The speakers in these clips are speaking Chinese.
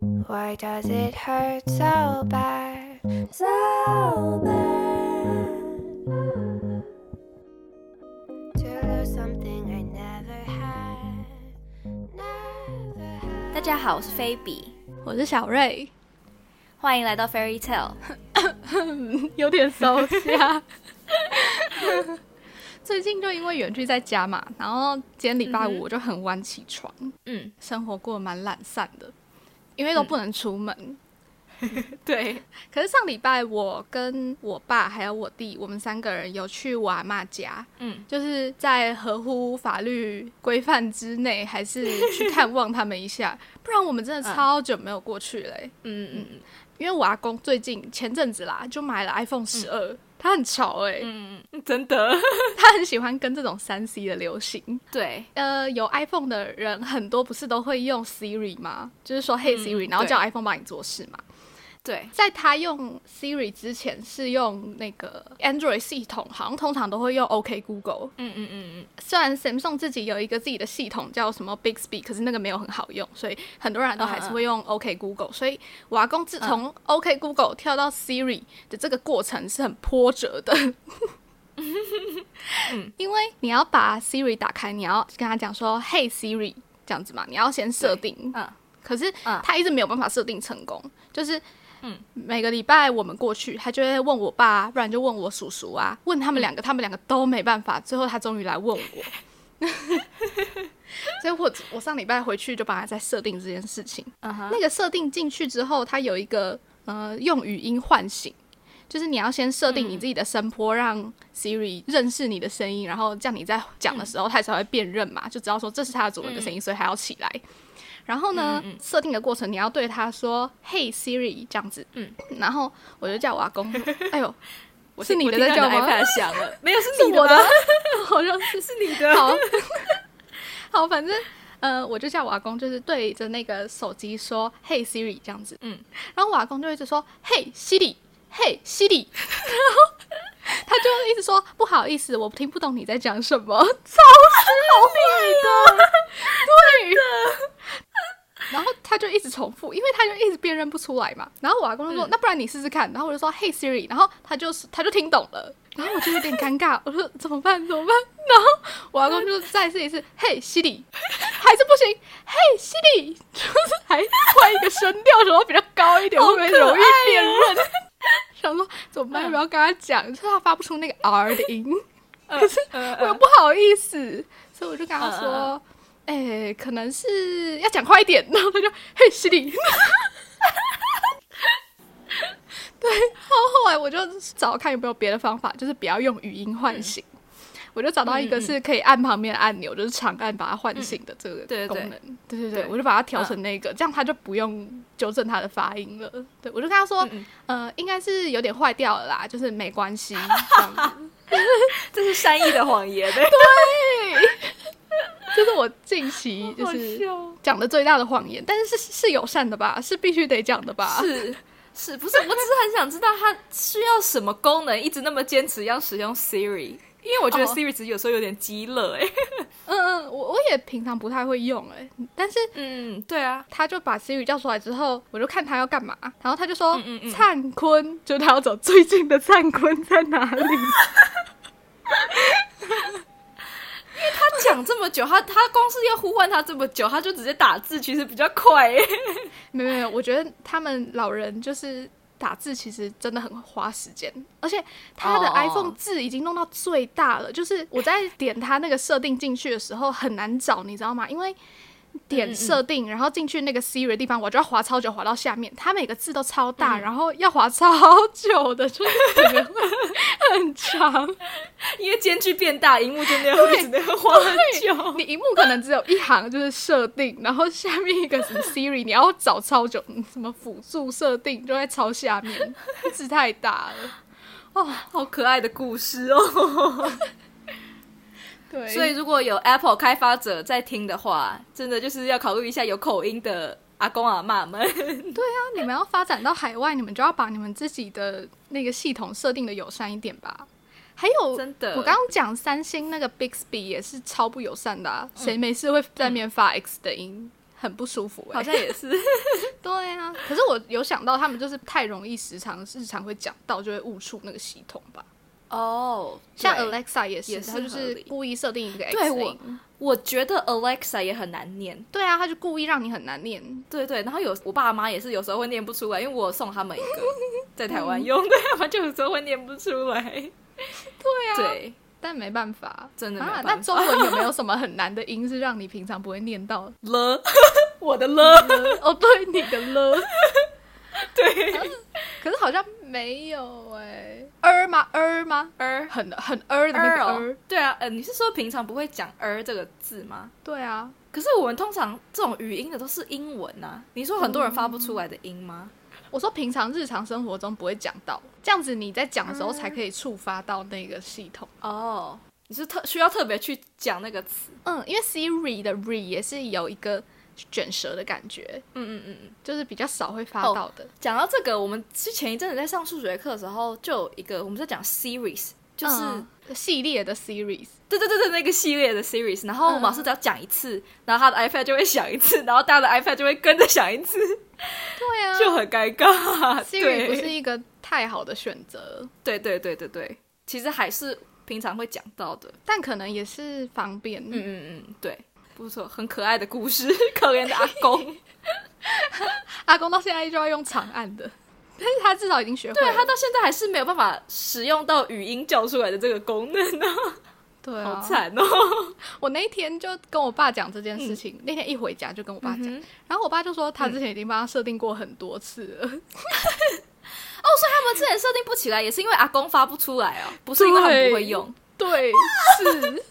Why does it hurt so bad? So bad. To lose something I never had. Never 大 had. 家好，我是菲比，我是小瑞，欢迎来到 Fairy Tale。有点熟啊家。 最近就因为远距在家嘛，然后今天礼嗯拜哼五我就很晚起床，嗯，生活过得蛮懒散的，因为都不能出门。嗯对，可是上礼拜我跟我爸还有我弟，我们三个人有去我阿嬷家，嗯，就是在合乎法律规范之内，还是去探望他们 一下，不然我们真的嗯超久没有过去嘞、嗯嗯因为我阿公最近前阵子啦，就买了 iPhone 十二、他很潮哎、嗯嗯，真的， 他很喜欢跟这种三 C 的流行。对，呃，有 iPhone 的人很多不是都会用 Siri 吗？就是说 Hey 嗯 Siri，、然后对叫 iPhone 帮你做事嘛。对，在他用 Siri 之前是用那个 Android 系统，好像通常都会用 OK Google。嗯嗯嗯虽然 Samsung 自己有一个自己的系统叫什么 Bixby，可是那个没有很好用，所以很多人都嗯还是会用 OK Google。所以瓦工自从 OK Google 跳到 Siri 的这个过程是很波折的。嗯 因为你要把 Siri 打开，你要跟他讲说 “Hey Siri” 这样子嘛，你要先设定嗯。嗯可是嗯他一直没有办法设定成功，就是嗯每个礼拜我们过去，他就会问我爸，不然就问我叔叔啊，问他们两个，他们两个都没办法，最后他终于来问我。 所以我我上礼拜回去就帮他在设定这件事情，嗯哼，那个设定进去之后，它有一个呃用语音唤醒，就是你要先设定你自己的声波，让 Siri 认识你的声音，然后这样你在讲的时候，它才会辨认嘛，就知道说这是它的主人嗯的声音，所以它要起来。然后呢，设定的过程你要对它说 “Hey Siri” 这样子，嗯，然后我就叫我阿公，哎呦，我是你我的听在到叫你的吗 iPad 响 了，没有是是你我的的吗，好像是是你的，好， 好，反正呃，我就叫我阿公，就是对着那个手机说 “Hey Siri” 这样子，嗯，然后我阿公就一直说 “Hey Siri”，“Hey Siri”，然后他就一直说不好意思，我听不懂你在讲什么，超失礼的，对。 然后他就一直重复，因为他就一直辨认不出来嘛。然后我阿公就说：“嗯那不然你试试看。”然后我就说：“Hey Siri。”然后他就是他就听懂了，然后我就有点尴尬，我说：“怎么办？怎么办？”然后我阿公就再试一次：“Hey Siri。”还是不行，Hey Siri，就是还换一个声调，然后比较高一点，好会不会容易可爱哦辨认？想说怎么办？要不要跟他讲？就是他发不出那个 R 的音。呃呃我又呃不好意思，所以我就跟他嗯说，哎、可能是要讲快一点，然后他就嘿，西里。 对，然后后来我就找看有没有别的方法，就是不要用语音嗯唤醒。我就找到一个是可以按旁边的按钮，就是长按把它唤醒的这个嗯对对功对能。对对对，对嗯我就把它调成那个，这样他就不用纠正他的发音了。对，我就跟他说，嗯呃，应该是有点坏掉了啦，就是没关系。这样子这是善意的谎言，欸 对，这是我近期就 好是笑讲的最大的谎言，但是是是友善的吧？是必须得讲的吧？是是不是？我只是很想知道它需要什么功能，一直那么坚持要使用 Siri，因为我觉得哦 Siri 只是有时候有点鸡肋、哎、嗯嗯，我我也平常不太会用哎、但是嗯，对啊，他就把 Siri 叫出来之后，我就看他要干嘛，然后他就说嗯嗯嗯灿坤，就是他要找最近的灿坤在哪里。他讲这么久，他他光是要呼唤他这么久，他就直接打字，其实比较快、 哎没有没有，我觉得他们老人就是打字其实真的很花时间，而且他的哦 iPhone 字已经弄到最大了，就是我在点他那个设定进去的时候很难找，你知道吗？因为嗯点设定，然后进去那个 Siri 的地方，我就要滑超久，滑到下面，它每个字都超嗯大，然后要滑超久的，就是整个 会很长。因为间距变大，荧幕就那样会只能花很久。你荧幕可能只有一行，就是设定，然后下面一个什么 Siri，你要找超久，嗯什么辅助设定就在超下面，字太大 了。好可爱的故事哦！对所以如果有 Apple 开发者在听的话，真的就是要考虑一下有口音的阿公阿嬷们。那你们要发展到海外，你们就要把你们自己的那个系统设定的友善一点吧。还有，真的我刚刚讲三星那个 Bixby 也是超不友善嗯的、啊，谁没事会在面发 X 的音，很不舒服、欸。 好像也是，对呀、啊可是我有想到，他们就是太容易时常日常会讲到，就会误触那个系统吧。哦，像对 Alexa 也是，也是他就合是理故意设定一个 X 对我音我觉得 Alexa 也很难念。对啊，他就故意让你很难念。对对，然后有我爸妈也是有时候会念不出来，因为我送他们一个在台嗯湾用的，他们就有时候会念不出来。对啊，对，但没办法，真的没啊办。法那中文有没有什么很难的音是让你平常不会念 到的？了， 我的了，哦，对，你的了。对， 可是好像没有哎、儿吗？儿吗？儿很很儿的那儿个哦 er 儿。，对啊，呃，你是说平常不会讲儿这个字吗？对啊，可是我们通常这种语音的都是英文啊，你说很多人发不出来的音吗？我说平常日常生活中不会讲到，这样子你在讲的时候才可以触发到那个系统。哦，你是特需要特别去讲那个词？嗯，因为 Siri 的 re 也是有一个卷舌的感觉，嗯嗯嗯嗯。就是比较少会发哦到的。讲到这个，我们之前一阵子在上数学课的时候，就有一个我们在讲 series，就是、嗯系列的 series，对对对对那个系列的 series，然后我们老师只要讲一次，然后他的 iPad 就会响一次，然后大家的 iPad 就会跟着响一次，对啊 就很尴尬。 Siri 不是对一个太好的选择，对对对对对，其实还是平常会讲到的。但可能也是方便。嗯，嗯嗯，对，不错，很可爱的故事，可怜的阿公。阿公到现在就要用长按的， 但是他至少已经学会对啊了。他到现在还是没有办法使用到语音叫出来的这个功能呢、对好啊，惨哦。我那一天就跟我爸讲这件事情，那天一回家就跟我爸讲，嗯然后我爸就说他之前已经帮他设定过很多次了，哦，所以他们之前设定不起来，也是因为阿公发不出来哦，不是因为他们不会用， 对，是。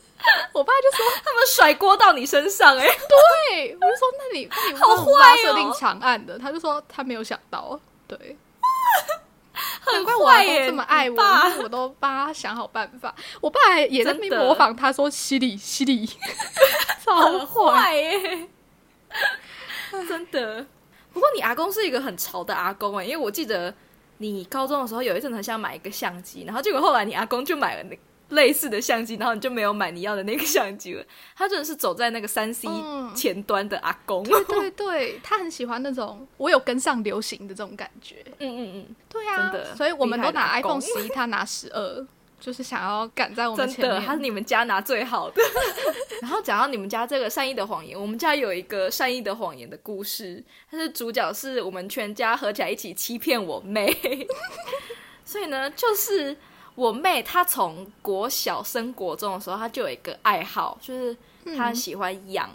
我爸就说他们甩锅到你身上哎、对，我就说那你那你好为什么不坏帮哦他设定长按的，他就说他没有想到，对，难很怪我坏阿耶、公这么爱我，你爸因为我都帮他想好办法。我爸还也在那边真的模仿他说犀利犀利，超很坏。坏 耶、真的。不过你阿公是一个很潮的阿公哎、因为我记得你高中的时候有一阵很想买一个相机，然后结果后来你阿公就买了那类似的相机，然后你就没有买你要的那个相机了。他真的是走在那个三 C 嗯前端的阿公，对对对，他很喜欢那种我有跟上流行的这种感觉。嗯嗯嗯，对啊，真的所以我们都厉拿害的阿 iPhone 公十一，他拿十二，就是想要赶在我们真前的，他是面。你们家拿最好 的。然后讲到你们家这个善意的谎言，我们家有一个善意的谎言的故事，它是主角是我们全家合起来一起欺骗我妹， 所以呢，就是我妹她从国小升国中的时候，她就有一个爱好，就是她喜欢养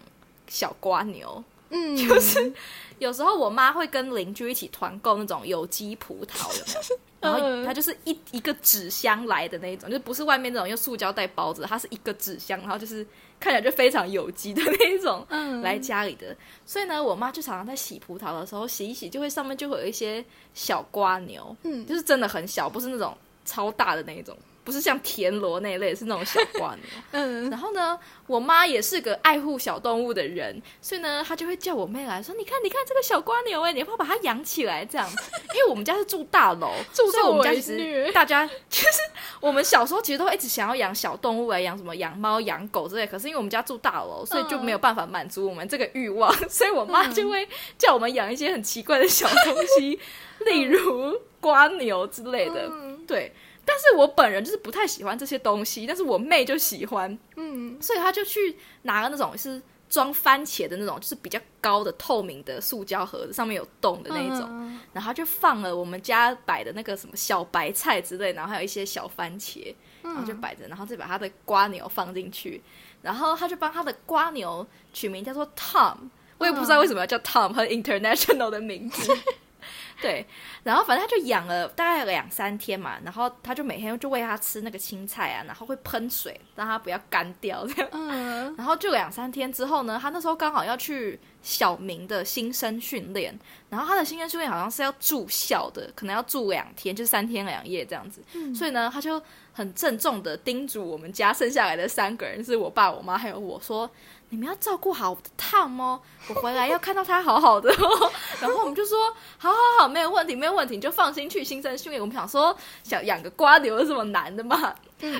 小瓜牛。嗯，就是有时候我妈会跟邻居一起团购那种有机葡萄，有没有？然 嗯后它就是一一个纸箱来的那一种，就不是外面那种用塑胶袋包着，它是一个纸箱，然后就是看起来就非常有机的那一种嗯来家里的。所以呢，我妈就常常在洗葡萄的时候洗一洗，就会上面就会有一些小瓜牛，嗯就是真的很小，不是那种超大的那一种，不是像田螺那一类，是那种小瓜牛。嗯，然后呢，我妈也是个爱护小动物的人，所以呢，她就会叫我妹来说：“你看，你看这个小瓜牛哎，你要不要把它养起来？”这样， 因为我们家是住大楼，助所以我纣们家为其实虐。大家就是我们小时候其实都会一直想要养小动物哎，养什么养猫、养狗之类。可是因为我们家住大楼，所以就没有办法满足我们这个欲望，所以我妈就会叫我们养一些很奇怪的小东西，例如瓜牛之类的。嗯对，但是我本人就是不太喜欢这些东西，但是我妹就喜欢。嗯所以他就去拿那种是装番茄的那种，就是比较高的透明的塑胶盒子，上面有洞的那一种。嗯然后他就放了我们家摆的那个什么小白菜之类，然后还有一些小番茄，然后就摆着，然后再把他的瓜牛放进去，然后他就帮他的瓜牛取名叫做 Tom，我也不知道为什么要叫 Tom 和 International 的名字。对，然后反正他就养了大概两三天嘛，然后他就每天就喂它吃那个青菜啊，然后会喷水，让它不要干掉这样。嗯然后就两三天之后呢，他那时候刚好要去小明的新生训练，然后他的新生训练好像是要住校的，可能要住两天，就三天两夜这样子。所以呢，他就很郑重的叮嘱我们家剩下来的三个人，是我爸、我妈还有我说。你们要照顾好我的 Tom 哦，我回来要看到他好好的哦。然后我们就说好好好，没有问题，没有问题，你就放心去新生训练。我们想说，想养个瓜牛有什么难的嘛？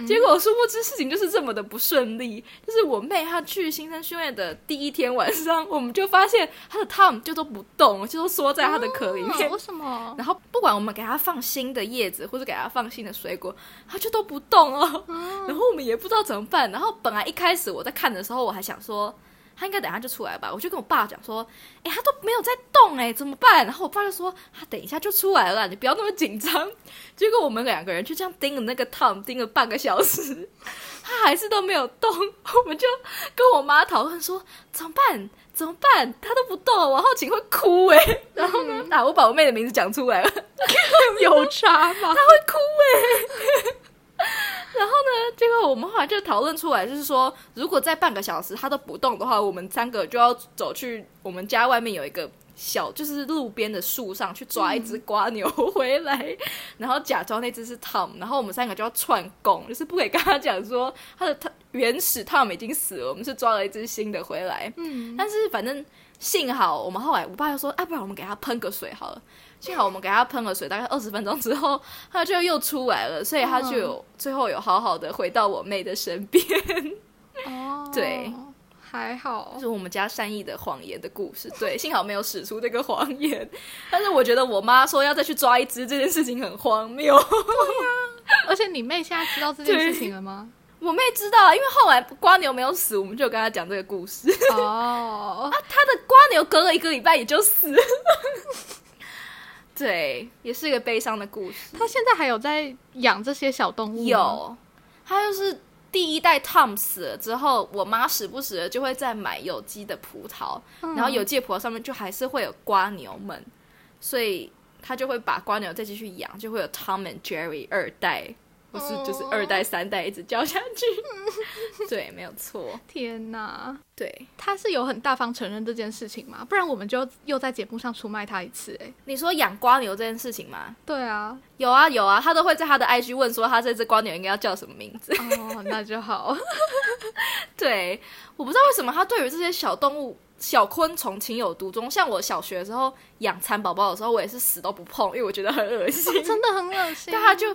结果殊不知事情就是这么的不顺利。就是我妹她去新生训练的第一天晚上，我们就发现她的 Tom 就都不动，就都缩在她的壳里面。为什么？然后不管我们给它放新的叶子，或者给它放新的水果，它就都不动哦。然后我们也不知道怎么办。然后本来一开始我在看的时候，我还想说，它应该等一下就出来吧。我就跟我爸讲说，哎，它都没有在动，哎，怎么办？然后我爸就说，它等一下就出来了，你不要那么紧张。结果我们两个人就这样盯着那个 Tom 盯了半个小时，它还是都没有动。 我们就跟我妈讨论说，怎么办？怎么办？它都不动，王浩晴会哭哎、然后呢，啊，我把我妹的名字讲出来了，她有差会吗？哭哎、 然后呢，结果我们后来就讨论出来，就是说，如果在半个小时它都不动的话，我们三个就要走去我们家外面有一个小，就是路边的树上去抓一只瓜牛回来，然后假装那只是 Tom，然后我们三个就要串供，就是不可以跟他讲说他的他原始 Tom 已经死了，我们是抓了一只新的回来。嗯，但是反正幸好我们后来，我爸就说，啊，不然我们给他喷个水好了。幸好我们给他喷了水，大概二十分钟之后，他就又出来了，所以他就有、最后有好好的回到我妹的身边。 哦，对，还好这。是我们家善意的谎言的故事。对，幸好没有使出这个谎言，但是我觉得我妈说要再去抓一只这件事情很荒谬。 而且你妹现在知道这件事情了吗？我妹知道，因为后来瓜牛没有死，我们就有跟她讲这个故事。 哦，他的瓜牛隔了一个礼拜也就死了。 对，也是一个悲伤的故事。她现在还有在养这些小动物？，有，他就是第一代 Tom 死了之后，我妈时不时的就会再买有机的葡萄，然后有机的葡萄上面就还是会有瓜牛们，所以他就会把瓜牛再继续养，就会有 Tom and Jerry 二代，不是就是二代、三代一直叫下去。 对，没有错。天哪！对，她是有很大方承认这件事情吗？不然我们就又在节目上出卖她一次、哎，你说养瓜牛这件事情吗？对啊，有啊有啊，他都会在他的 IG 问说他这只瓜牛应该要叫什么名字。哦，那就 好。对，我不知道为什么他对于这些小动物、小昆虫情有独钟。像我小学的时候养蚕宝宝的时候，我也是死都不碰，因为我觉得很恶心。哦真的很恶心。但他就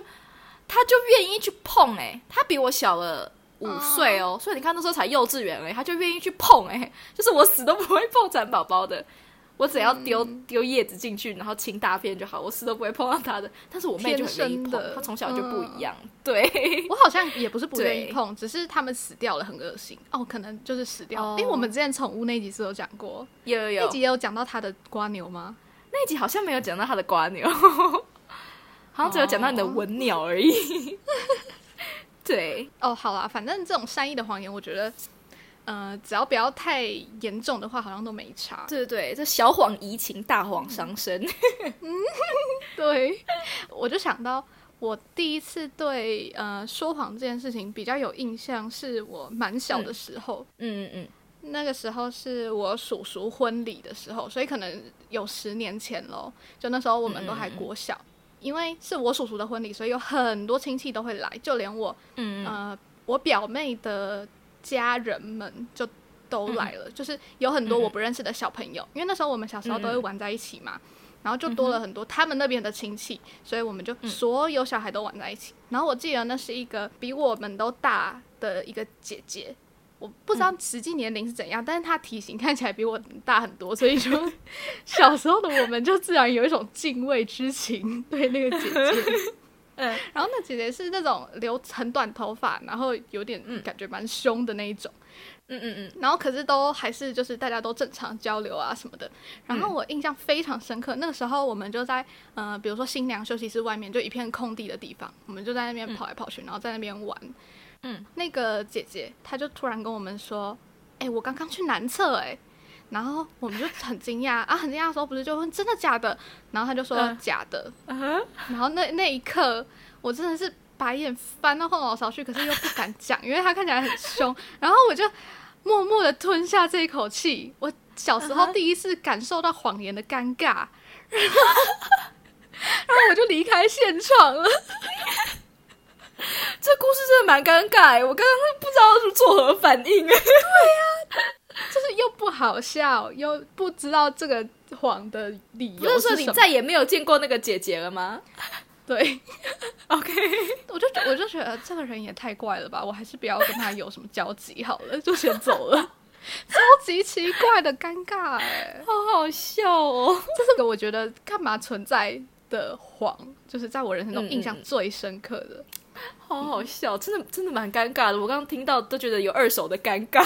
他就愿意去碰、哎，他比我小了。五嗯岁哦，所以你看那时候才幼稚园而已，他就愿意去碰哎、就是我死都不会碰蚕宝宝的，我只要丢、嗯丢叶子进去，然后清大便就好，我死都不会碰到它的。但是我妹就很愿意天生碰的，她从小就不嗯一样，对。我好像也不是不愿意对碰，只是他们死掉了很恶心哦，可能就是死掉了。哦因为我们之前宠物那集是有讲过，有有有， 那集也有讲到他的瓜牛吗？那集好像没有讲到他的瓜牛，好像只有讲到你的哦文鸟而已。 对，哦，好啦，反正这种善意的谎言，我觉得，呃，只要不要太严重的话，好像都没差。对对对，这小谎怡情，大嗯谎伤身。对， 我就想到我第一次对呃说谎这件事情比较有印象，是我蛮小的时候。嗯嗯嗯，那个时候是我叔叔婚礼的时候，所以可能有十年前喽。就那时候我们都还国小，因为是我叔叔的婚礼，所以有很多亲戚都会来，就连我，嗯呃，我表妹的家人们就都来了，就是有很多我不认识的小朋友，因为那时候我们小时候都会玩在一起嘛。然后就多了很多他们那边的亲戚，所以我们就所有小孩都玩在一起。然后我记得那是一个比我们都大的一个姐姐，我不知道实际年龄是怎样，但是她体型看起来比我大很多，所以就小时候的我们就自然有一种敬畏之情对那个姐姐。嗯然后那姐姐是那种留很短头发，然后有点感觉蛮凶的那一种。嗯嗯嗯，然后可是都还是就是大家都正常交流啊什么的。然嗯后我印象非常深刻，那个时候我们就在呃，比如说新娘休息室外面就一片空地的地方，我们就在那边跑来跑去，然后在那边玩。嗯，那个姐姐她就突然跟我们说：“哎、我刚刚去男厕哎、然后我们就很惊讶啊，很惊讶的时候不是就问真的假的，然后她就说、嗯假的，然后那那一刻我真的是白眼翻到后脑勺去，可是又不敢讲，因为她看起来很凶，然后我就默默的吞下这一口气。我小时嗯候第一次感受到谎言的尴尬， 然后然后我就离开现场了。这故事真的蛮尴尬欸，我刚刚不知道是作何反应。欸就是又不好笑，又不知道这个谎的理由不是说什你么再也没有见过那个姐姐了吗对， ？OK，我就觉我就觉得这个人也太怪了吧，我还是不要跟他有什么交集好了，就先走了。超级奇怪的尴尬哎、 好好笑哦。这是个我觉得干嘛存在的谎，就是在我人生中嗯印象嗯嗯最深刻的。好好笑，真的真的蛮尴尬的。我刚刚听到都觉得有二手的尴尬。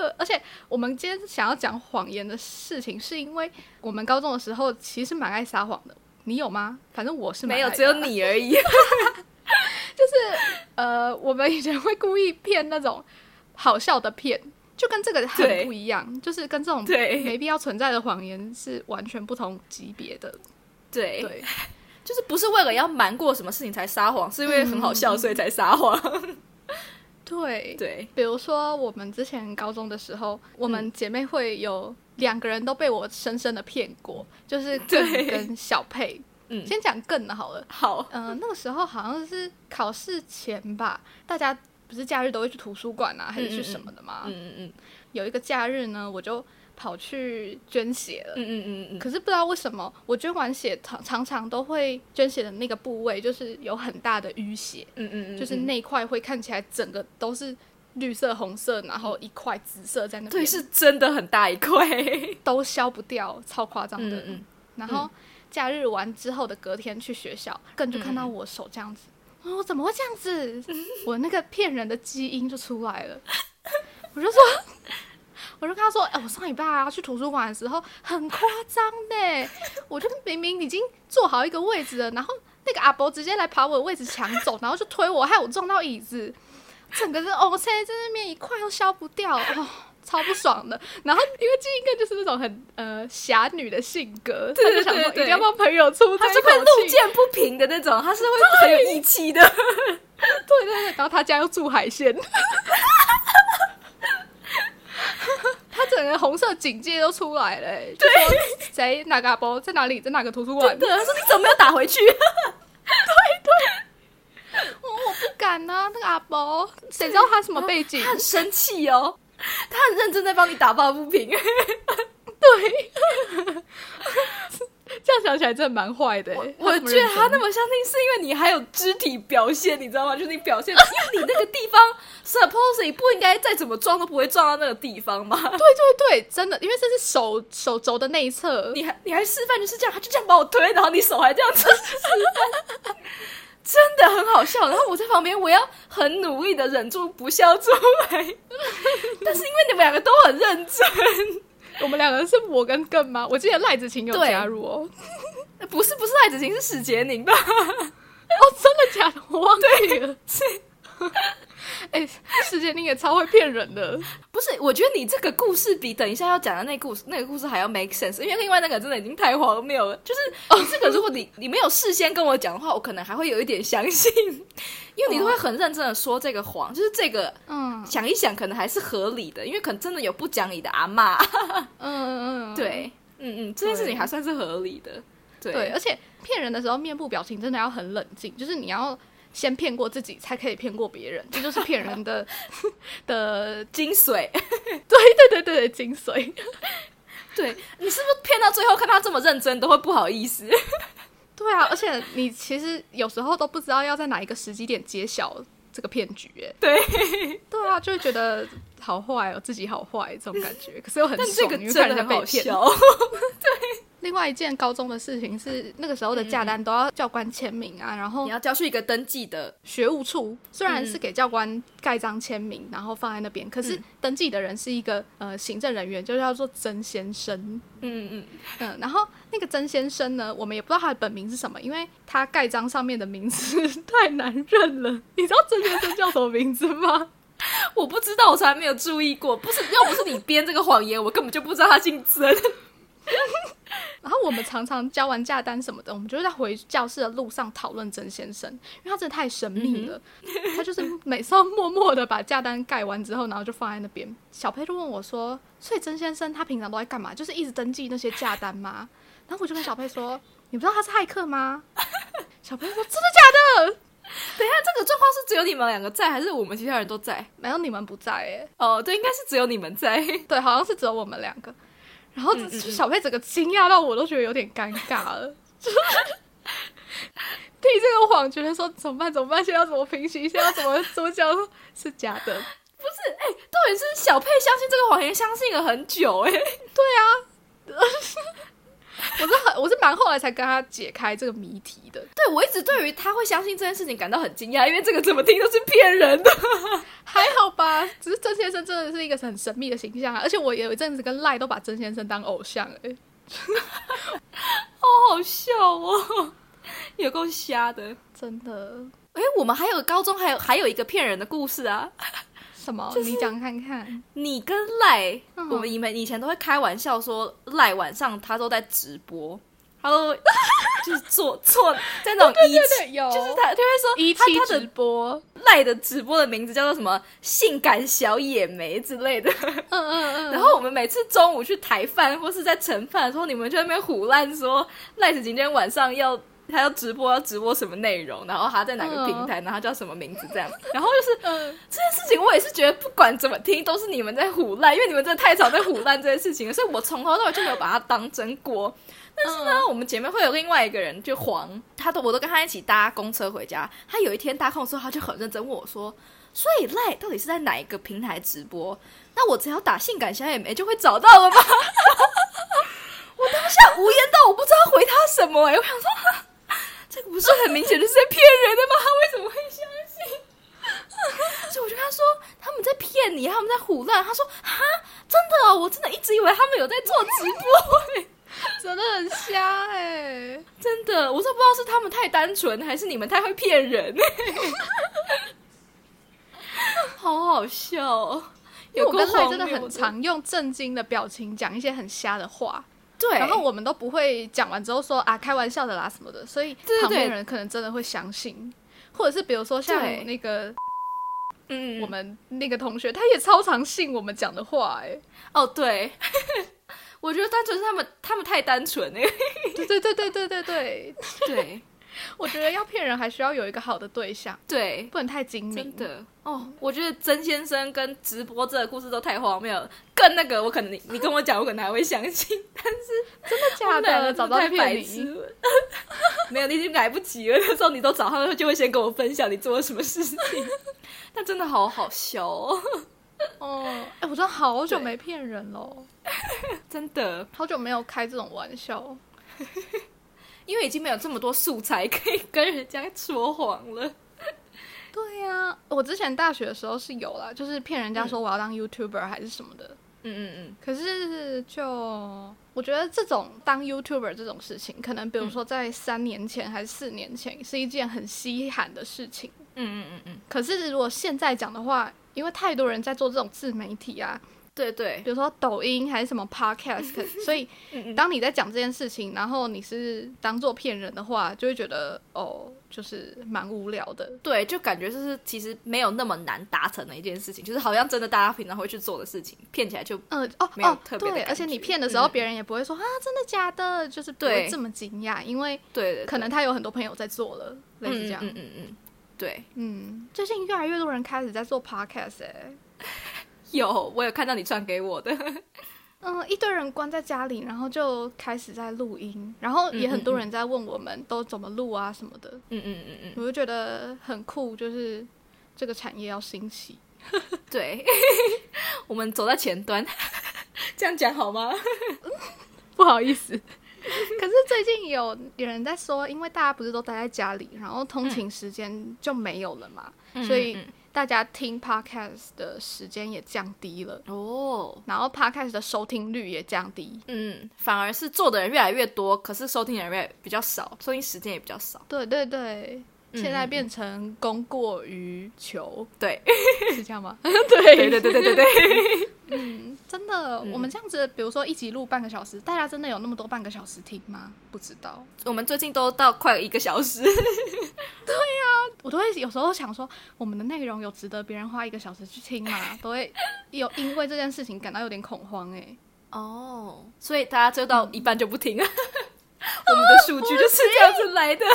呃，而且我们今天想要讲谎言的事情，是因为我们高中的时候其实蛮爱撒谎的。你有吗？反正我是蛮没有，爱只有的啊。你而已。呃，我们以前会故意骗那种好笑的骗，就跟这个很对不一样，就是跟这种对没必要存在的谎言是完全不同级别的。对，对，就是不是为了要瞒过什么事情才撒谎，是因为很好笑所以才撒谎。对，嗯对，比如说我们之前高中的时候，我们姐妹会有两个人都被我深深的骗过，就是更对跟小佩。嗯先讲更的好了。好，嗯、那个时候好像是考试前吧，大家不是假日都会去图书馆啊，还是去什么的嘛。嗯嗯嗯有一个假日呢，我就跑去捐血了。嗯嗯嗯嗯，可是不知道为什么，我捐完血常常常都会捐血的那个部位，就是有很大的淤血，嗯嗯嗯，就是那一块会看起来整个都是绿色、红色，然后一块紫色在那边，对，是真的很大一块。都消不掉，超夸张的。嗯嗯然后假日完之后的隔天去学校，更就看到我手这样子，我说我怎么会这样子？ 我那个骗人的基因就出来了，我就说。 我就跟他说：“哎、我上礼拜啊去图书馆的时候很夸张呢，我就明明已经坐好一个位置了，然后那个阿伯直接来把我的位置抢走，然后就推我，害我撞到椅子，整个是 O C 在那边一块都消不掉，哦， 超不爽的。然后因为金一个就是那种很呃侠女的性格，他对就对想说对一对定要帮朋友出这他一是会口路气，见不平的那种，他是会很有义 气的。对对对，然后他家又住海鲜。 他整个红色警戒都出来了、欸，就说谁哪个阿伯在哪里，在哪个图书馆真，的，他说你怎么没有打回去？我我不敢啊，那个阿伯，谁知道他什么背景他？很生气哦，他很认真在帮你打抱不平。这样想起来真的蛮坏的、欸。我怎么觉得认他真那么相信，是因为你还有肢体表现，你知道吗？就是你表现，因为你那个地方 suppose 你不应该再怎么撞都不会撞到那个地方嘛。对对对，真的，因为这是手手肘的内侧，你还你还示范就是这样，他就这样把我推，然后你手还这 样子示范真的很好笑。然后我在旁边，我要很努力的忍住不笑出来， 但是因为你们两个都很认真，我们两个是我跟更吗？我记得赖子晴有对加入哦。不是不是赖子晴是史杰宁吧？哦，真的假的？我忘记了。是， 哎、世界你也超会骗人的。 不是，我觉得你这个故事比等一下要讲的那故事那个故事还要 make sense，因为另外那个真的已经太荒谬了。就是你这个，如果你你没有事先跟我讲的话，我可能还会有一点相信，因为你都会很认真的说这个谎，就是这个嗯想一想，可能还是合理的，因为可能真的有不讲理的阿嬷。嗯嗯嗯， 对，嗯嗯，这件事情还算是合理的。对，对，而且骗人的时候面部表情真的要很冷静，就是你要先骗过自己，才可以骗过别人，这就是骗人的 的，精髓。对对对对对精髓。 对你是不是骗到最后看他这么认真，都会不好意思？对啊，而且你其实有时候都不知道要在哪一个时机点揭晓这个骗局、哎，对，对啊，就会觉得好坏哦，自己好坏这种感觉，可是又很但这爽，个因为真看的人家很被好骗。笑。另外一件高中的事情是，那个时候的假单都要教官签名啊，然后 你要交去一个登记的学务处虽然嗯是给教官盖章签名，然后放在那边，可是嗯登记的人是一个呃行政人员，就叫做曾先生。嗯嗯嗯，然后那个曾先生呢，我们也不知道他的本名是什么，因为他盖章上面的名字 太难认了。你知道曾先生叫什么名字吗？ 嗯，我不知道，我从来没有注意过。不是，要不是你编这个谎言，我根本就不知道他姓 曾。然后我们常常交完假单什么的，我们就会在回教室的路上讨论曾先生，因为他真的太神秘了。他就是每次都默默的把假单盖完之后，然后就放在那边。小佩就问我说：“所以曾先生他平常都在干嘛？就是一直登记那些假单吗？”然后我就跟小佩说：“你不知道他是骇客吗？” 小佩说：“真的假的？等一下，这个状况是只有你们两个在，还是我们其他人都在？没有，你们不在诶、 哦，对，应该是只有你们在。对，好像是只有我们两个。”然后就小贝整个惊讶到我都觉得有点尴尬了， 替这个谎觉得说怎么办？怎么办？现在要怎么平息？现在要怎么怎么讲是假不的？是，哎、到底是小佩相信这个谎言，相信了很久、哎，我是很我是蛮后来才跟他解开这个谜题的。对我一直对于他会相信这件事情感到很惊讶，因为这个怎么听都是骗人的。还好吧，只是曾先生真的是一个很神秘的形象啊，而且我有一阵子跟赖都把曾先生当偶像哎、 好好笑哦， 有够瞎的。真的哎、我们还有高中还有还有一个骗人的故事啊！什么？你讲看看，你跟赖，嗯我们以前以前都会开玩笑说赖晚上他都在直播，他都 就是做做在那种一期，有就是他就会说一期他他直的播，赖的直播的名字叫做什么“性感小野莓”之类的。嗯嗯嗯，然后我们每次中午去台饭或是在盛饭的时候，你们就在那边胡乱说赖子今天晚上要他要直播，要直播什么内容，然后他在哪个平台，然后他叫什么名字这样。 然后就是嗯，这件事情，我也是觉得不管怎么听都是你们在胡乱，因为你们真的太常在胡乱这件事情了，所以我从头到尾就没有把它当真过。但是呢，我们姐妹会有另外一个人，就黄，他都我都跟他一起搭公车回家。他有一天搭空的时候，他就很认真问我说：“所以赖到底是在哪一个平台直播？那我只要打性感小野莓就会找到了吗？”我当下无言到我不知道回他什么哎、我想说，哈这个不是很明显就是在骗人的吗？他为什么会相信？所以我就跟他说，他们在骗你，他们在胡乱。他说：“哈，真的哦，我真的一直以为他们有在做直播、欸真的很瞎哎、真的，我都不知道是他们太单纯，还是你们太会骗人、欸好好笑、哦，因为有我够跟赖荒真的谬很常用震惊的表情讲一些很瞎的话，对，然后我们都不会讲完之后说啊开玩笑的啦什么的，所以对对旁边对人可能真的会相信，或者是比如说像对那个嗯，我们那个同学，他也超常信我们讲的话哎、哦对， 我觉得单纯是他们他们太单纯哎、对对对对对对对，对我觉得要骗人还需要有一个好的对象，对，不能太精明。真的哦，我觉得曾先生跟直播这个故事都太荒谬了，更那个我可能你你跟我讲，我可能还会相信， 假他们两个的，早啊真的到太骗白痴你。了。 没有，你已经来不及了。那时候你都找他们，就会先跟我分享你做了什么 事情。但真的好好笑哦，哦，哎、我真的好久对没骗人喽，真的，好久没有开这种玩笑。因为已经没有这么多素材可以跟人家说谎了。对呀、我之前大学的时候是有啦，就是骗人家说我要当 YouTuber 还是什么的。嗯嗯可是就我觉得这种当 YouTuber 这种事情，可能比嗯如说在三年前还是四年前是一件很稀罕的事情。嗯嗯嗯嗯嗯，可是如果现在讲的话，因为太多人在做这种自媒体啊，对对比，如说抖音还是什么 podcast，所以嗯嗯，当你在讲这件事情，然后你是当做骗人的话，就会觉得哦，就是蛮无聊的。对，就感觉就是其实没有那么难达成的一件事情，就是好像真的大家平常会去做的事情，骗起来就嗯、哦没有哦特，别的对，感而且觉你骗的时候，嗯别人也不会说、啊，真的假的，就是不对会这么惊讶，因为对对，可能他有很多朋友在做了，类似嗯这样。嗯嗯嗯嗯，对，最近越来越多人开始在做 podcast 哎、有我有看到你传给我的，嗯，一堆人关在家里，然后就开始在录音，然后也嗯很多嗯人在问我们都怎么录啊什么的，嗯嗯嗯嗯，我就觉得很酷，就是这个产业要 兴起。对， 我们走在前端， 这样讲好吗？ 不好意思。可是最近有有人在说，因为大家不是都待在家里，然后通嗯勤时间就没有了嘛，所以大家听 podcast 的时间也降低了，哦，然后 podcast 的收听率也降低。嗯，反而是做的人越来越多，可是收听的人越来比较少，收听时间也比较少。对对对，现在嗯嗯变成供过于求， 对，是这样 吗？对对对对对对，真的，我们这样子，比如说一集录半个小时，大家真的有那么多半个小时听吗？不知道。我们最近都到快一个小时，我都会有时候想说，我们的内容有值得别人花一个小时去听 吗？都会有因为这件事情感到有点恐慌 哎、哦，嗯所以大家就到一半就不听了。我们的数据就是这样子来的，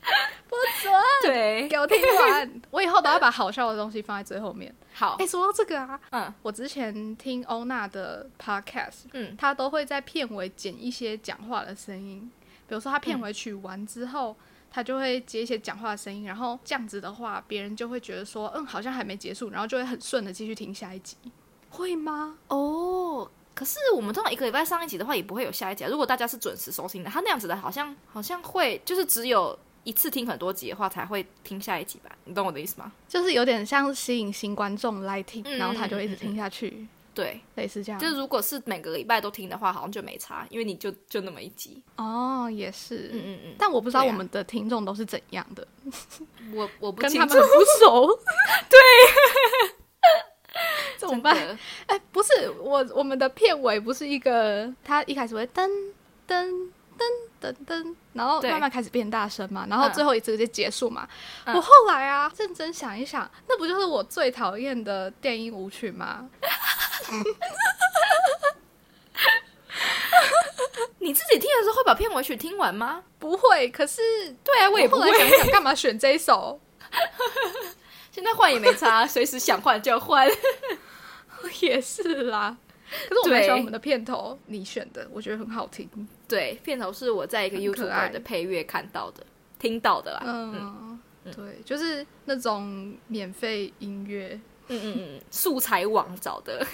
哎不准，对， 给我听完。 我以后都要把好笑的东西放在最后面。好哎、，说到这个啊，嗯，我之前听欧娜的 podcast，嗯她都会在片尾剪一些讲话的声音，比如说她片尾曲完之后，她就会接一些讲话的声音，然后这样子的话，别人就会觉得说，嗯，好像还没结束，然后就会很顺的继续听下一集，会吗？哦。可是我们通常一个礼拜上一集的话，也不会有下一集、啊。如果大家是准时收听的，他那样子的，好像好像会就是只有一次听很多集的话，才会听下一集吧？你懂我的意思吗？就是有点像吸引新观众来听，嗯然后她就一直听下去，对，类似这样。就是如果是每个礼拜都听的话，好像就没差，因为你就就那么一集。哦，也是。嗯嗯嗯。但我不知道对我啊们的听众都是怎样的，我我不跟清他楚 们很不熟，对，怎么办？真的哎、不是我，我们的片尾不是一个，他一开始会噔噔噔噔噔，然后对慢慢开始变大声嘛，然后嗯最后一次就结束嘛。嗯我后来啊，认真想一想，那不就是我最讨厌的电音舞曲吗？你自己听的时候会把片尾曲听完吗？不会，可是对啊，我也不后会来。想一想，干嘛选这一首？ 现在换也没差，随时想换就 换。也是啦。可是我蛮对喜欢我们的片头，你选的，我觉得很好听。对，片头是我在一个很可爱 YouTuber 的配乐看到的、听到的啦。嗯，对，就是那种免费音乐。嗯嗯嗯嗯，素材网找的。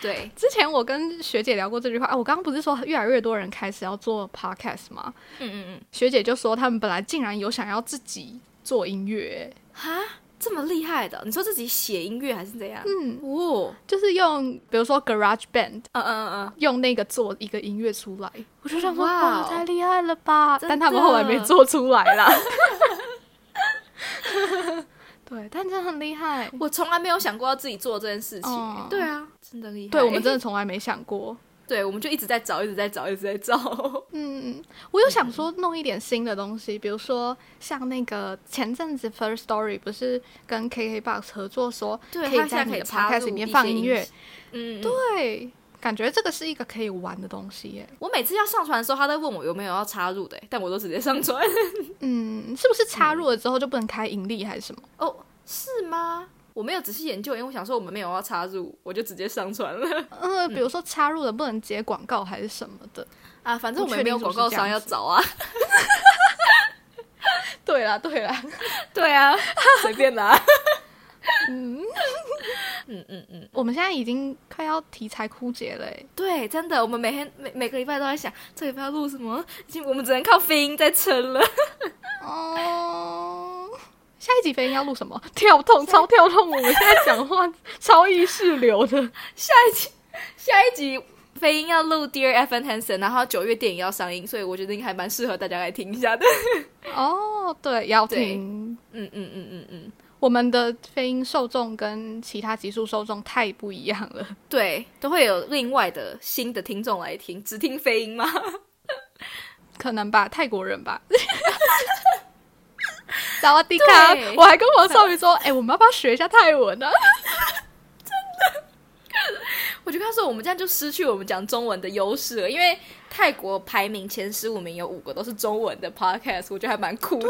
对，之前我跟学姐聊过这句话，啊，我刚刚不是说越来越多人开始要做 podcast 吗？嗯嗯嗯，学姐就说他们本来竟然有想要自己做音乐，哈，这么厉害的，你说自己写音乐还是怎样？嗯，哦，就是用比如说 Garage Band 嗯嗯嗯用那个做一个音乐出来，我就想说哇哇，太厉害了吧！真的但他们后来没做出来啦。 对，但真的很厉害。嗯，我从来没有想过要自己做这件事情。哦对啊，真的厉害。对我们真的从来没想过。对，我们就一直在找，一直在找，一直在找。嗯，我有想说弄一点新的东西，比如说像那个前阵子 First Story 不是跟 KKBox 合作说，对它可以现在在你可以的插 podcast 入里面一些放音音乐，嗯，嗯嗯对，感觉这个是一个可以玩的东西耶。我每次要上传的时候，他在问我有没有要插入的，但我都直接上传。嗯，是不是插入了之后就不能开盈利还是什么？哦，是吗？我没有仔细研究，因为我想说我们没有要插入，我就直接上传了呃，比如说插入了不能接广告还是什么的。啊。反正我不确们也没有定广是不告是商要找啊。 对啦，对啦， 对 啊，随便拿。我们现在已经快要题材枯竭了耶， 对，真的，我们每天每每个礼拜都在想这礼拜要录什么，已经我们只能靠飞鹰在撑了。 哦，下一集飞鹰要录什么？跳痛，超跳痛！我们现在讲话超意识流的。下一集，下一集飞鹰要录 Dear Evan Hansen，然后九月电影要上映，所以我觉得应该还蛮适合大家来听一下的。 哦，对，要听。嗯嗯嗯嗯嗯，我们的飞鹰受众跟其他集数受众太不一样了。 对，都会有另外的新的听众来听，只听飞鹰吗？可能吧，泰国人吧。 萨瓦迪卡对！啊我还跟王少宇 说：“哎、我们要不要学一下泰文啊呢、我就跟他说，我们这样就失去我们讲中文的优势了，因为泰国排名前十五名有五个都是中文的 podcast，我觉得还蛮酷的。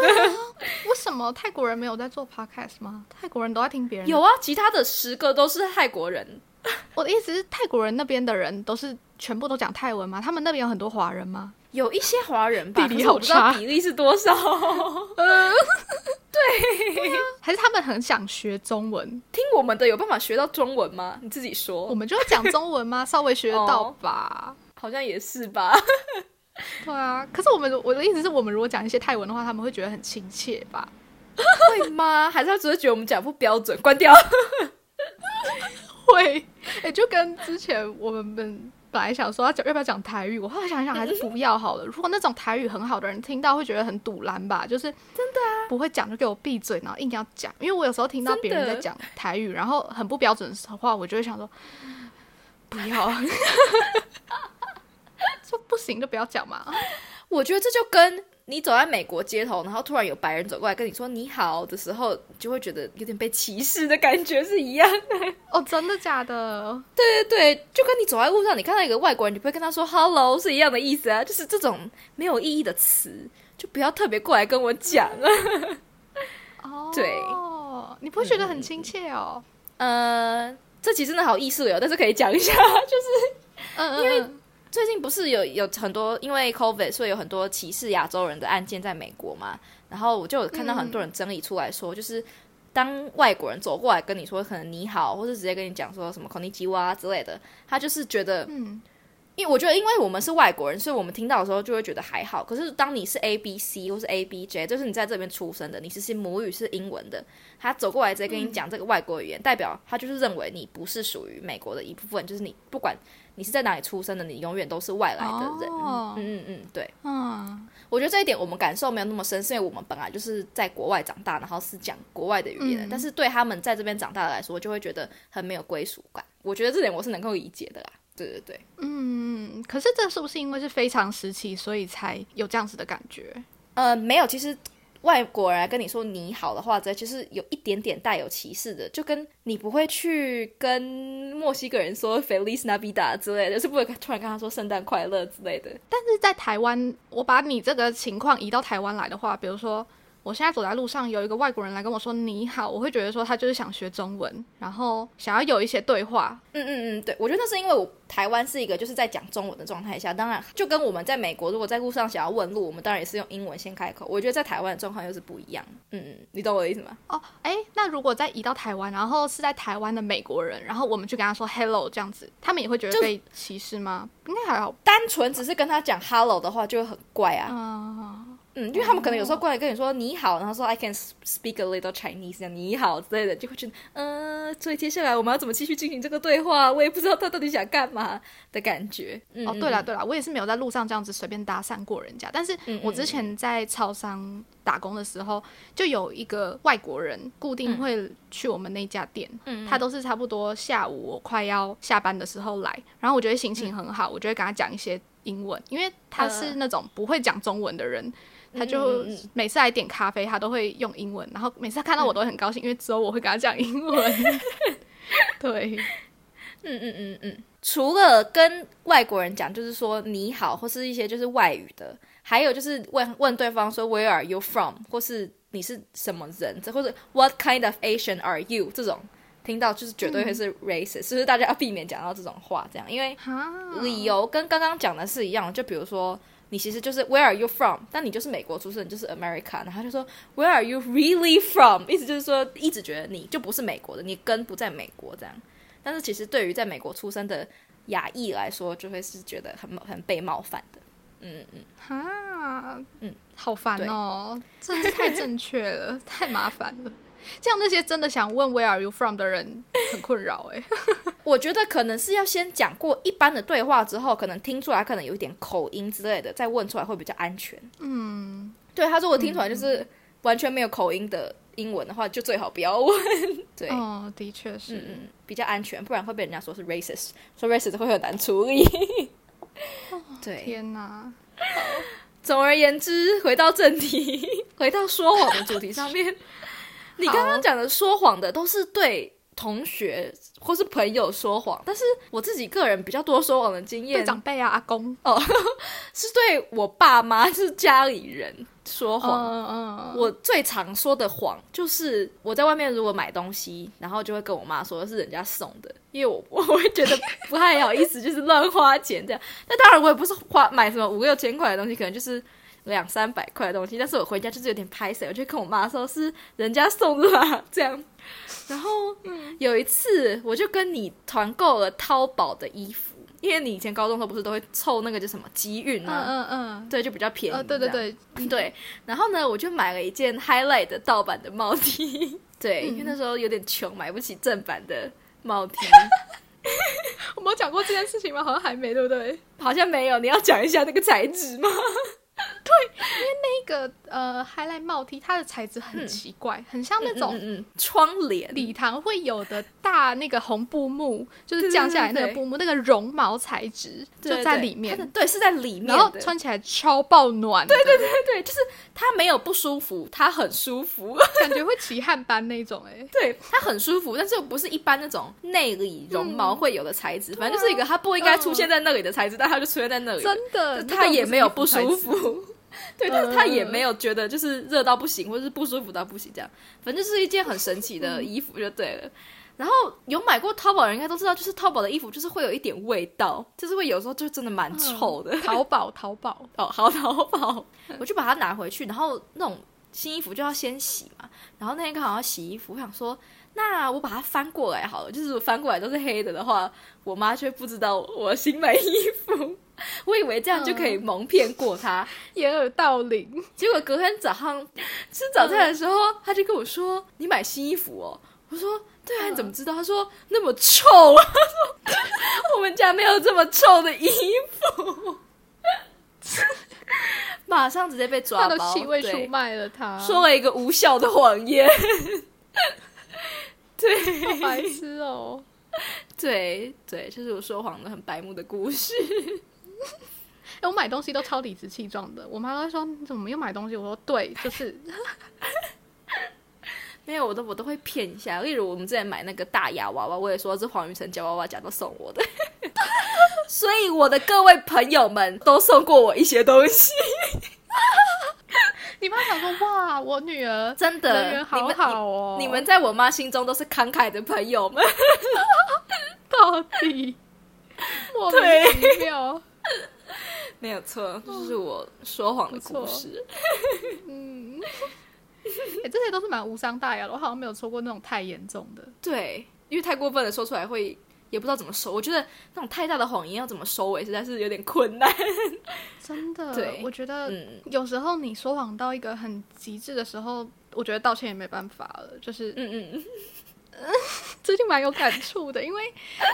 为什么泰国人没有在做 podcast 吗？泰国人都在听别人的有啊，其他的十个都是泰国人。我的意思是，泰国人那边的人都是全部都讲泰文吗？他们那边有很多华人吗？有一些华人吧，地可理是我不知道好差比例是多少。 还是他们很想学中文？听我们的有办法学到中文吗？你自己我说，们就要讲中文 吗？稍微学得到吧。好像也是吧。对啊，可是我们我的意思是我们如果讲一些泰文的话，他们会觉得很亲切吧？会吗？ 还是他只是觉得我们讲不标准，关掉？会，也、就跟之前我们本来想说要讲要不要讲台语，我后来想一想还是不要好了。如果那种台语很好的人听到，会觉得很堵拦吧？就是真的啊，不会讲就给我闭嘴，然后硬要讲。因为我有时候听到别人在真的讲台语，然后很不标准的话，我就会想说不要， 说不行就不要讲嘛。我觉得这就跟你走在美国街头，然后突然有白人走过来跟你说“你好”的时候，就会觉得有点被歧视的感觉是一样的。哦，真的假的？对对对，就跟你走在路上，你看到一个外国人，你不会跟他说 “hello” 是一样的意思啊。就是这种没有意义的词，就不要特别过来跟我讲啊了。哦，对，你不会觉得很亲切哦？呃，这期真的好艺术哟，但是可以讲一下， 嗯，因为最近不是有有很多因为 COVID，所以有很多歧视亚洲人的案件在美国嘛？然后我就有看到很多人整理出来说，就是当外国人走过来跟你说可能你好，或是直接跟你讲说什么 k o n n i c h i w a 之类的，他就是觉得，嗯，因为我觉得因为我们是外国人，所以我们听到的时候就会觉得还好。可是当你是 A B C 或是 A B J，就是你在这边出生的，你其实母语是英文的，他走过来直接跟你嗯讲这个外国语言，代表他就是认为你不是属于美国的一部分，就是你不管你是在哪里出生的，你永远都是外来的人。哦嗯嗯嗯，对，嗯我觉得这一点我们感受没有那么深，是因为我们本来就是在国外长大，然后是讲国外的语言的，嗯但是对他们在这边长大的来说，就会觉得很没有归属感。我觉得这点我是能够理解的啦。对对对。嗯，可是这是不是因为是非常时期，所以才有这样子的感觉？呃，没有，其实外国人来跟你说你好的话，这其实有一点点带有歧视的，就跟你不会去跟墨西哥人说 Feliz Navidad 之类的，就是不会突然跟他说圣诞快乐之类的。但是在台湾，我把你这个情况移到台湾来的话，比如说我现在走在路上，有一个外国人来跟我说你好，我会觉得说他就是想学中文，然后想要有一些对话。嗯嗯嗯，对，我觉得那是因为我台湾是一个就是在讲中文的状态下，当然就跟我们在美国如果在路上想要问路，我们当然也是用英文先开口。我觉得在台湾的状况又是不一样。嗯嗯，你懂我的意思吗？哦，哎，那如果再移到台湾，然后是在台湾的美国人，然后我们去跟他说 hello 这样子，他们也会觉得就被歧视吗？应该还好吧。单纯只是跟他讲 hello 的话就会很怪啊。嗯，嗯，因为他们可能有时候过来跟你说你好，然后说 I can speak a little Chinese，这样你好之类的，就会觉得，呃，所以接下来我们要怎么继续进行这个对话？我也不知道他到底想干嘛的感觉。嗯、哦，对了，对了，我也是没有在路上这样子随便搭讪过人家，但是嗯嗯我之前在超商打工的时候，就有一个外国人固定会去我们那家店，嗯他都是差不多下午我快要下班的时候来，然后我觉得心嗯情很好，我就会跟他讲一些英文，因为他是那种不会讲中文的人。他就呃嗯嗯嗯嗯每次来点咖啡，他都会用英文，然后每次他看到我都会很高兴，因为只有我会跟他讲 英文。对，嗯嗯嗯嗯，除了跟外国人讲，就是说你好，或是一些就是外语的，还有就是问问对方说 Where are you from，或是你是什么人，这或者 What kind of Asian are you 这种，听到就是绝对会是 racist，、就是大家要避免讲到这种话，这样，因为哈理由跟刚刚讲的是一样，就比如说你其实就是 Where are you from？但你就是美国出生，你就是 America，然后他就说 Where are you really from？意思就是说一直觉得你就不是美国的，你根不在美国这样。但是其实对于在美国出生的亚裔来说，就会是觉得很很被冒犯的。嗯嗯，哈，嗯，啊好烦哦，真是太正确了， 太麻烦了。这样那些真的想问 Where are you from 的人很困扰哎、我觉得可能是要先讲过一般的对话之后，可能听出来可能有一点口音之类的，再问出来会比较安全。嗯，对，他说我听出来就是完全没有口音的英文的话，就最好不要问。对，哦，的确是。嗯嗯，比较安全，不然会被人家说是 racist，说 racist 会很难处理。哦对，天哪，总而言之，回到正题，回到说谎的主题上面，你刚刚讲的说谎的都是对同学或是朋友说谎，但是我自己个人比较多说谎的经对验长辈啊，阿公，是对我爸妈，是家里人说嗯谎。嗯嗯，我最常说的谎就是我在外面如果买东西，然后就会跟我妈说是人家送的，因为我 我会觉得不太好意思，就是乱花钱这样。那当然我也不是花买什么五六千块的东西，可能就是两三百块的东西，但是我回家就是有点拍手，我就跟我妈说是人家送的啦，这样。然后有一次我就跟你团购了淘宝的衣服，因为你以前高中的时候不是都会凑那个叫什么集运嗯吗？嗯嗯，对，就比较便宜。啊呃，对对。对，对，然后呢，我就买了一件 Highlight 的盗版的帽 T，对，因为嗯那时候有点穷，买不起正版的帽 T，我们有讲过这件事情吗？好像还没，对不对？好像没有。你要讲一下那个材质吗？那个呃 highlight 帽 T，它的材质很奇怪，很像那种嗯嗯，窗帘，礼堂会有的大那个红布幕，就是降下来那对个对对布幕，那个绒毛材质对就在对里面它的，对，是在里面然后的穿起来超爆暖的，对对对，对，就是它没有不舒服，它很舒服， 感觉会起汗斑那种哎、对，它很舒服，但是又不是一般那种内里绒嗯毛会有的材质，反正就是一个它不应该出现在那里的材质，但它就出现在那里了，啊真的，它也没有不那舒种是衣服材 质。服。对，但是它也没有觉得就是热到不行，或者是不舒服到不行这样，反正就是一件很神奇的衣服就对了。然后有买过淘宝的人应该都知道，就是淘宝的衣服就是会有一点味道，就是会有时候就真的蛮臭的。淘宝，淘宝，哦，好淘宝， 我就把它拿回去，然后那种新衣服就要先洗嘛，然后那天刚好要洗衣服，我想说，那我把它翻过来好了，就是翻过来都是黑的的话，我妈却不知道我新买衣服， 我以为这样就可以蒙骗过她，掩耳盗铃，结果隔天早 上吃早餐的时候，她就跟我说：“你买新衣服哦。”我说：“对嗯啊，你怎么知道？”她说：“那么臭。”啊， 说：“我们家没有这么臭的衣服。” 马上直接被 抓它包的，气味对出卖啊了他，说了一个无效的谎言。好白痴 哦。对对，就是我说谎的很白目的故事。哎、我买东西都超理直气壮的，我妈都会说你怎么又买东西？我说 对，就是没有，我都我都会骗一下。例如我们之前买那个大牙娃娃，我也说是黄雨辰夹娃娃夹到送我的， 所以我的各位朋友们都送过我一些东西，你妈想说哇，我女儿真人的缘，好好哦，你们你们在我妈心中都是慷慨的朋友们。到 底莫名其妙，没有错，这就是我说谎的故事。嗯。哎、这些都是蛮无伤大雅的，我好像没有抽过那种太严重的。对，因为太过分的说出来会。也不知道怎么收，我觉得那种太大的谎言要怎么收尾，实在是有点困难。真的，对我觉得嗯，有时候你说谎到一个很极致的时候，我觉得道歉也没办法了。就是嗯嗯嗯， 最近蛮有感触的，因为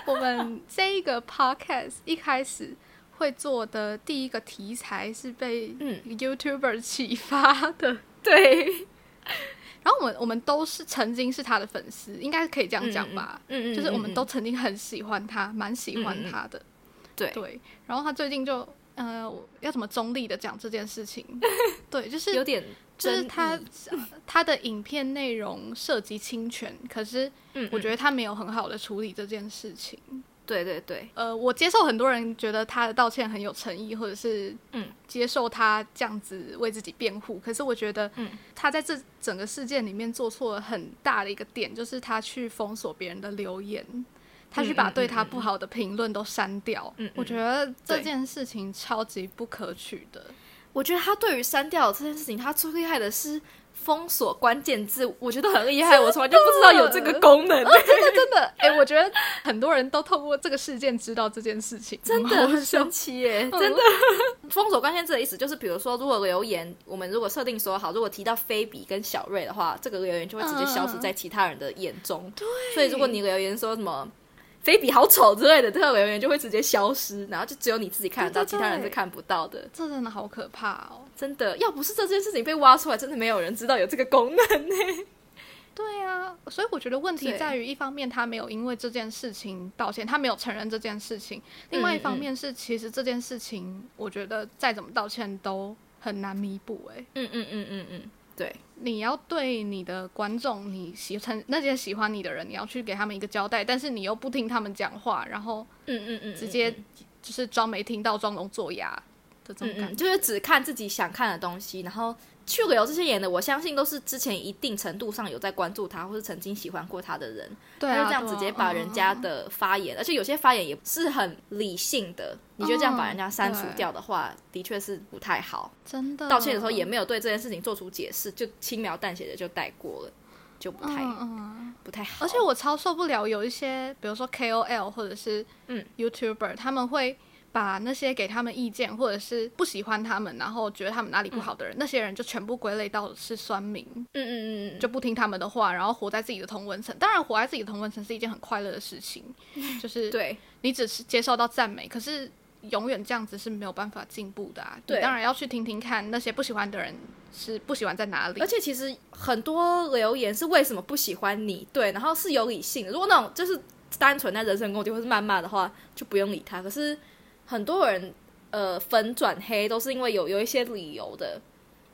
我 们这一个 podcast 一开始会做的第一个题材是被嗯 YouTuber 启发的，对，然后我们我们都是曾经是他的粉丝，应该可以这样讲吧。嗯，嗯嗯，就是我们嗯都曾经很喜欢他，蛮喜欢嗯嗯嗯他的。对对，然后他最近就呃，我要怎么中立的讲这件事 情？对，就是有点就争议，是他他的影片内容涉及侵权，可是嗯，我觉得得他没有很好的处理这件事情。对对对，呃，我接受很多人觉得他的道歉很有诚意，或者是嗯接受他这样子为自己辩护。可是我觉得嗯他在这整个事件里面做错了很大的一个点，就是他去封锁别人的留言，他去把嗯嗯对他嗯嗯不好的评论都删掉。嗯嗯我觉得这对件事情超级不可取的。我觉得他对于删掉这件事情，他最厉害的是封锁关键字，我觉得很厉害，我从来就不知道有这个功能， 真的真的，哎、我觉得很多人都透过这个事件知道这件事情， 真好的很笑神奇耶！真的，封锁关键字的意思就是，比如说，如果留言我们如果设定说好，如果提到菲比跟小瑞的话，这个留言就会直接消失在其他人的眼中。哦对，所以如果你留言说什么。菲比好丑之类的，这个留言就会直接消失，然后就只有你自己看得到，对对对其他人是看不到的。这真的好可怕哦！真的，要不是这件事情被挖出来，真的没有人知道有这个功能呢、对啊，所以我觉得问题对在于，一方面他没有因为这件事情道歉，他没有承认这件事情；，另外一方面是，其实这件事情，我觉得再怎么道歉都很难弥补、哎，嗯嗯嗯嗯嗯，对，你要对你的观众，你喜欢那些喜欢你的人，你要去给他们一个交代，但是你又不听他们讲话，然后嗯嗯嗯，直接就是装没听到，装聋作哑的这嗯种感嗯，觉。就是只看自己想看的东西，然后去留这些演的，我相信都是之前一定程度上有在关注他，或是曾经喜欢过他的人，对他啊，就这样对啊啊嗯直接把人家的发言，而且有些发言也是很理性的，你就这样把人家删除对掉的话，的确是不太好。真的嗯道歉的时候也没有对这件事情做出解释，就轻描淡写的就带过了，就不太、嗯嗯，不太好。而且我超受不了有一些，比如说 KOL 或者是嗯 YouTuber，、他们会把那些给他们意见或者是不喜欢他们，然后觉得他们哪里不好的人，那些人就全部归类到是酸民，嗯嗯嗯嗯，就不听他们的话，然后活在自己的同文层。当然，活在自己的同文层是一件很快乐的事 情，就是对。你只是接受到赞美，可是永远这样子是没有办法进步的啊。你对当然要去听听看那些不喜欢的人是不喜欢在哪里而。且其实很多留言是为什么不喜欢你，对，然后是有理性的。如果那种就是单纯在人身攻击或是谩骂的话，就不用理他。可是很多人呃粉转黑都是因为有有一些理由的，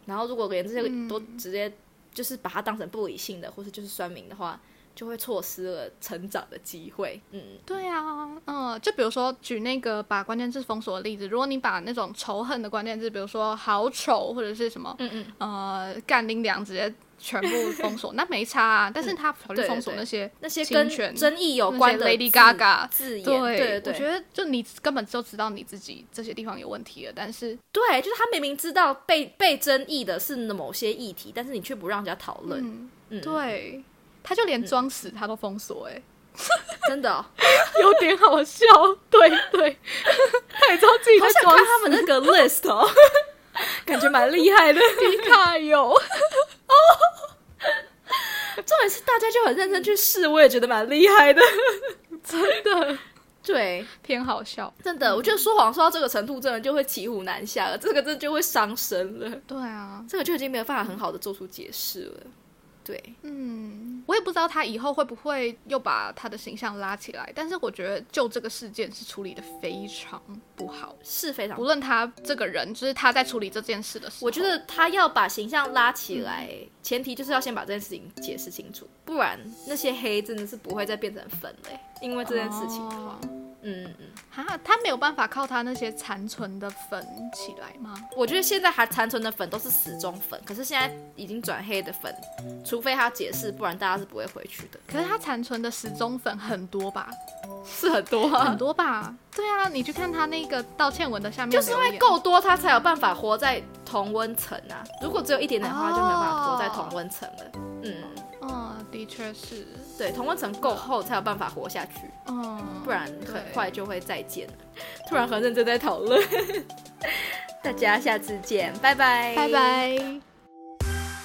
然后如果连这些嗯都直接就是把它当成不理性的，或是就是酸民的话，就会错失了成长的机会。嗯，对啊，嗯，就比如说举那个把关键字封锁的例子，如果你把那种仇恨的关键字，比如说好丑或者是什么，嗯嗯，呃，干林良直接全部封 锁，那没差啊。但是他跑去嗯对对封锁对那些那些侵跟权争议有那关些的 Lady 字 Gaga 字眼，对对对，我觉得就你根本就知道你自己这些地方有问题了，但是对，就是他明明知道被被争议的是某些议题，但是你却不让人家讨论，嗯，嗯，对，他就连装死他都封 锁、欸，真的哦、有点好笑，对 对，他也知道自己好在想装看死他们那个 list 哦，感觉蛮厉害的。皮卡有， 重点是大家就很认真去试，我也觉得蛮厉害的。真的对，偏好笑。真的，我觉得说谎说到这个程度，真的就会骑虎难下了，这个真的就会伤身了，对啊，这个就已经没有办法很好的做出解释了。对，嗯，我也不知道他以后会不会又把他的形象拉起来，但是我觉得就这个事件是处理的非常不好。是非常无论他这个人，就是他在处理这件事的时候，我觉得他要把形象拉起来，前提就是要先把这件事情解释清楚，不然那些黑真的是不会再变成粉嘞，因为这件事情。哦嗯嗯，嗯哈，他没有办法靠他那些残存的粉起来吗？我觉得现在还残存的粉都是死忠粉，可是现在已经转黑的粉，除非他解释，不然大家是不会回去的，可是他残存的时钟粉很多吧，是很多很啊。多吧？对啊，你去看他那个道歉文的下面留就言，是因为够多，他才有办法活在同温层啊！如果只有一点点的话，就没有办法活在同温层了。嗯，嗯，的确是，对，同温层够厚才有办法活下去。嗯，不然很对快就会再见了。突然很认真在讨论， 大家下次见，拜拜，拜。拜。